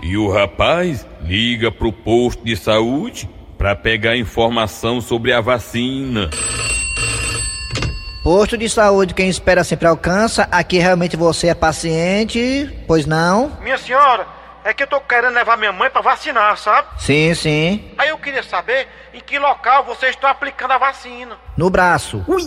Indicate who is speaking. Speaker 1: E o rapaz liga pro posto de saúde para pegar informação sobre a vacina.
Speaker 2: Posto de saúde, quem espera sempre alcança. Aqui realmente você é paciente, pois não?
Speaker 3: Minha senhora, é que eu tô querendo levar minha mãe pra vacinar, sabe?
Speaker 2: Sim, sim.
Speaker 3: Aí eu queria saber em que local vocês estão aplicando a vacina.
Speaker 2: No braço.
Speaker 4: Ui!